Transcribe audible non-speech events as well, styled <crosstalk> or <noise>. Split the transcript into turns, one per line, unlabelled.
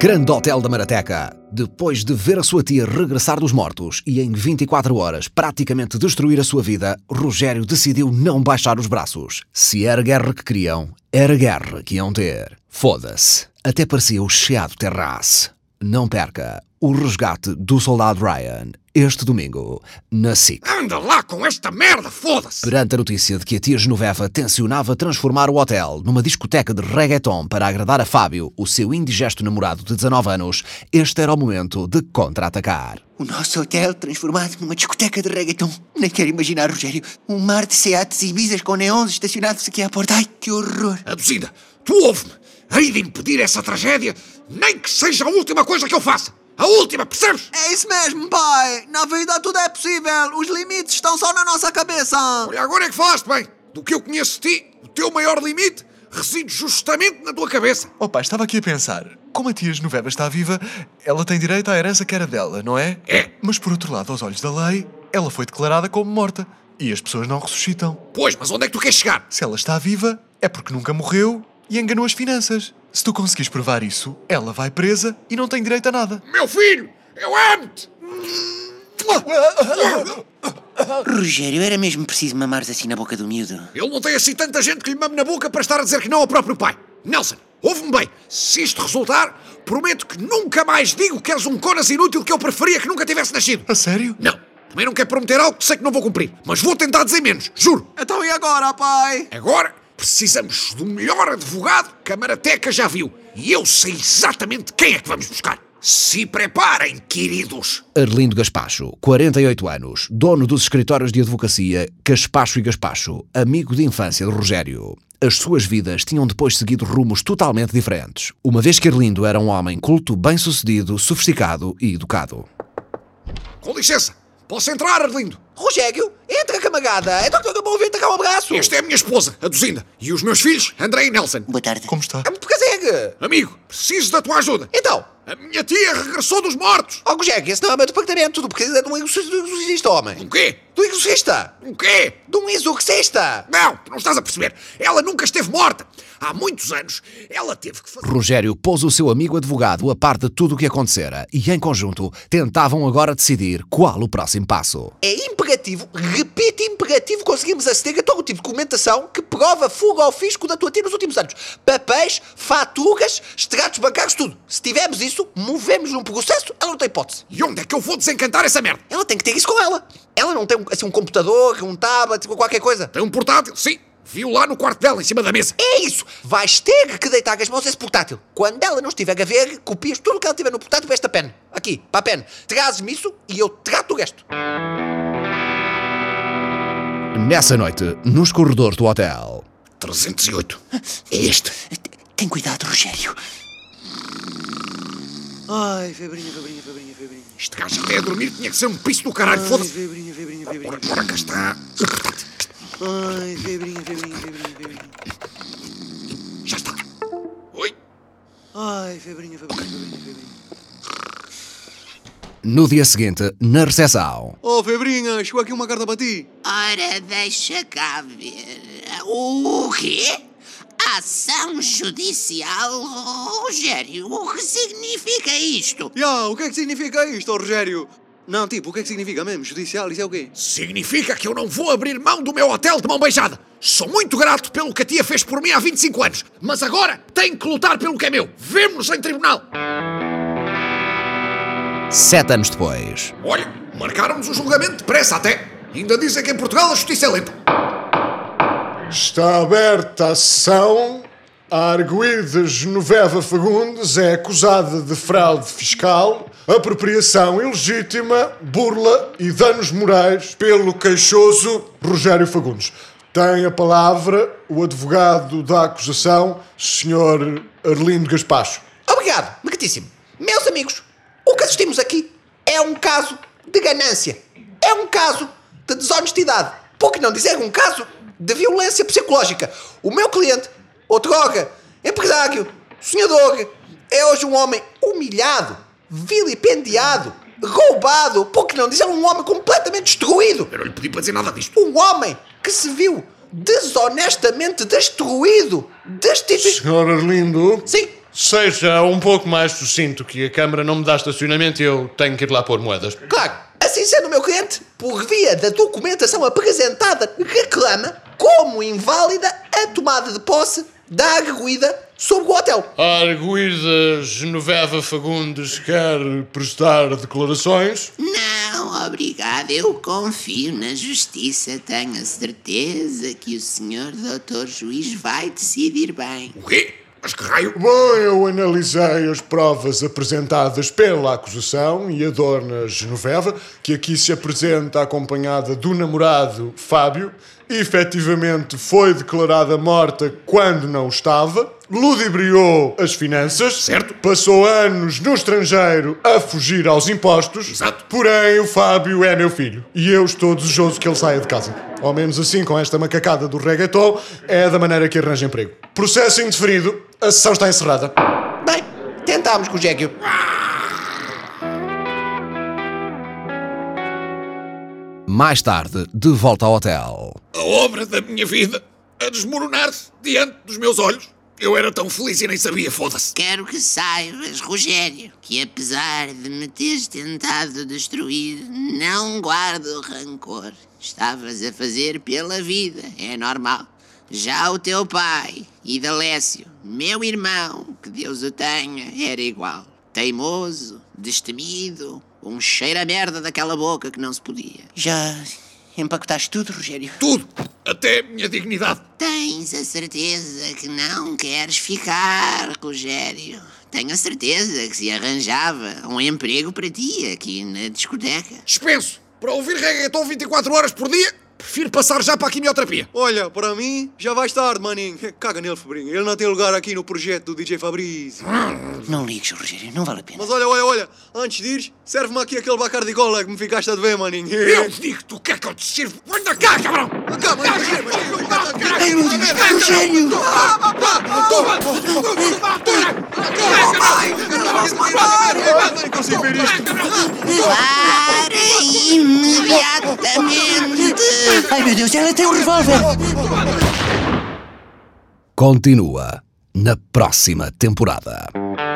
Grande Hotel da Marateca. Depois de ver a sua tia regressar dos mortos e em 24 horas praticamente destruir a sua vida, Rogério decidiu não baixar os braços. Se era guerra que queriam, era guerra que iam ter. Foda-se. Até parecia o cheado terraço. Não perca o resgate do soldado Ryan este domingo na SIC.
Anda lá com esta merda, foda-se!
Perante a notícia de que a tia Genoveva tencionava transformar o hotel numa discoteca de reggaeton para agradar a Fábio, o seu indigesto namorado de 19 anos, este era o momento de contra-atacar.
O nosso hotel transformado numa discoteca de reggaeton. Nem quero imaginar, Rogério. Um mar de Seates e Ibizas com neons estacionados aqui à porta. Ai, que horror!
Abduzida, tu ouve-me! Hei de impedir essa tragédia, nem que seja a última coisa que eu faça! A última, percebes?
É isso mesmo, pai! Na vida tudo é possível! Os limites estão só na nossa cabeça!
Olha, agora é que falaste bem! Do que eu conheço de ti, o teu maior limite reside justamente na tua cabeça!
Oh pai, estava aqui a pensar. Como a tia Genoveva está viva, ela tem direito à herança que era dela, não é?
É.
Mas por outro lado, aos olhos da lei, ela foi declarada como morta. E as pessoas não ressuscitam.
Pois, mas onde é que tu queres chegar?
Se ela está viva, é porque nunca morreu e enganou as finanças. Se tu conseguires provar isso, ela vai presa e não tem direito a nada.
Meu filho, eu amo-te!
Rogério, era mesmo preciso mamares assim na boca do miúdo.
Ele não tem assim tanta gente que lhe mame na boca para estar a dizer que não ao próprio pai. Nelson, ouve-me bem. Se isto resultar, prometo que nunca mais digo que és um conas inútil que eu preferia que nunca tivesse nascido.
A sério?
Não. Também não quero prometer algo que sei que não vou cumprir. Mas vou tentar dizer menos, juro.
Então e agora, pai?
Agora precisamos do melhor advogado que a Marateca já viu. E eu sei exatamente quem é que vamos buscar. Se preparem, queridos!
Arlindo Gaspacho, 48 anos, dono dos escritórios de advocacia Caspacho e Gaspacho, amigo de infância de Rogério. As suas vidas tinham depois seguido rumos totalmente diferentes, uma vez que Arlindo era um homem culto, bem-sucedido, sofisticado e educado.
Com licença, posso entrar, Arlindo?
Rogério, entra, camagada! Então que eu vou vir-te cá um abraço!
Esta é a minha esposa, a Duzinda, e os meus filhos, André e Nelson.
Boa tarde.
Como está?
Ah, Persegue!
Amigo, preciso da tua ajuda.
Então,
A minha tia regressou dos mortos!
ó Rogério, esse não é o meu departamento. Tu precisas de um exorcista, homem.
O quê?
Do exorcista!
O quê?
De um exorcista!
Não, tu não estás a perceber. Ela nunca esteve morta. Há muitos anos, ela teve que fazer.
Rogério pôs o seu amigo advogado a par de tudo o que acontecera e, em conjunto, tentavam agora decidir qual o próximo passo.
É imperativo, repito, imperativo, conseguimos aceder a todo tipo de documentação que prova fuga ao fisco da tua tia nos últimos anos. Papéis, faturas, extratos bancários, tudo. Se tivermos isso, movemos um processo, ela não tem hipótese.
E onde é que eu vou desencantar essa merda?
Ela tem que ter isso com ela. Ela não tem um- assim, um computador, um tablet, qualquer coisa.
Tem um portátil? Sim. Viu lá no quarto dela, em cima da mesa.
É isso! Vais ter que deitar com as mãos esse portátil. Quando ela não estiver a ver, copias tudo o que ela tiver no portátil para esta pen. Aqui, para a pen. Trazes-me isso e eu trato o resto.
Nessa noite, nos corredores do hotel.
308.
É este. Tem cuidado, Rogério.
Ai, febrinha, febrinha, febrinha, febrinha.
Este gajo até a dormir tinha que ser um piso do caralho. Foda-se.
febrinha, febrinha, febrinha.
Ora, ora, cá está.
Ai, febrinha, febrinha, febrinha, febrinha.
Já está. Oi.
Ai, febrinha, febrinha, febrinha, febrinha.
No dia seguinte, na recepção.
Oh, febrinha, chegou aqui uma carta para ti.
Ora, deixa cá ver. O quê? Ação judicial, Rogério? O que significa isto?
Ya, o que é que significa
oh,
isto, Rogério? Não, tipo, o que é que significa mesmo? Judicial, isso é o quê?
Significa que eu não vou abrir mão do meu hotel de mão beijada. Sou muito grato pelo que a tia fez por mim há 25 anos. Mas agora tenho que lutar pelo que é meu. Vemo-nos em tribunal.
Sete anos depois.
Olha, marcaram-nos o julgamento depressa até. Ainda dizem que em Portugal a justiça é lenta.
Está aberta a ação. A arguída Genoveva Fagundes é acusada de fraude fiscal, apropriação ilegítima, burla e danos morais pelo queixoso Rogério Fagundes. Tem a palavra o advogado da acusação, Sr. Arlindo Gaspacho.
Obrigado, meritíssimo. Meus amigos, o que assistimos aqui é um caso de ganância. É um caso de desonestidade. Por que não dizer um caso de violência psicológica? O meu cliente, outrora, empresário, sonhador, é hoje um homem humilhado, vilipendiado, roubado. Por que não dizer um homem completamente destruído?
Eu não lhe pedi para dizer nada disto.
Um homem que se viu desonestamente destruído, destituído.
Sr. Arlindo,
Sim,
Seja um pouco mais sucinto que a Câmara não me dá estacionamento e eu tenho que ir lá pôr moedas.
Claro, assim sendo o meu cliente, por via da documentação apresentada, reclama como inválida a tomada de posse da arguída sobre o hotel.
Arguida Genoveva Fagundes quer prestar declarações.
Não, obrigado. Eu confio na justiça. Tenho a certeza que o senhor doutor juiz vai decidir bem.
O quê? Mas que raio?
Bom, eu analisei as provas apresentadas pela acusação e a dona Genoveva, que aqui se apresenta acompanhada do namorado Fábio, e efetivamente foi declarada morta quando não estava, ludibriou as finanças,
Certo.
passou anos no estrangeiro a fugir aos impostos,
Exato.
porém o Fábio é meu filho e eu estou desejoso que ele saia de casa. Ao menos assim, com esta macacada do reggaeton, é da maneira que arranja emprego. Processo indeferido, a sessão está encerrada.
Bem, tentámos com o Jekyll.
Mais tarde, de volta ao hotel.
A obra da minha vida a desmoronar-se diante dos meus olhos. Eu era tão feliz e nem sabia, foda-se.
Quero que saibas, Rogério, que apesar de me teres tentado destruir, não guardo rancor. Estavas a fazer pela vida, é normal. Já o teu pai, Idalécio, meu irmão, que Deus o tenha, era igual. Teimoso, destemido, um cheiro a merda daquela boca que não se podia.
Já empacotaste tudo, Rogério?
Tudo. Até a minha dignidade.
Tens a certeza que não queres ficar, Rogério? Tenho a certeza que se arranjava um emprego para ti aqui na discoteca.
Dispenso. Para ouvir reggaeton 24 horas por dia, prefiro passar já para a quimioterapia.
Olha, para mim, já vais tarde, maninho. <laughs> Caga nele, Fabrinho. Ele não tem lugar aqui no projeto do DJ Fabrício.
Não ligues, Rogério, não vale a pena.
Mas olha, olha, olha. Antes de ires, serve-me aqui aquele bacardicola que me ficaste a dever, maninho. <laughs>
Eu digo-te o que é que eu te sirvo. Anda cá, cabrão.
Cá, mas, Rogério, mas-
Ai, meu Deus, Rogério!
Eu não consigo ver isto.
Para imediatamente!
Ai, meu Deus, ela tem um revólver!
Continua na próxima temporada.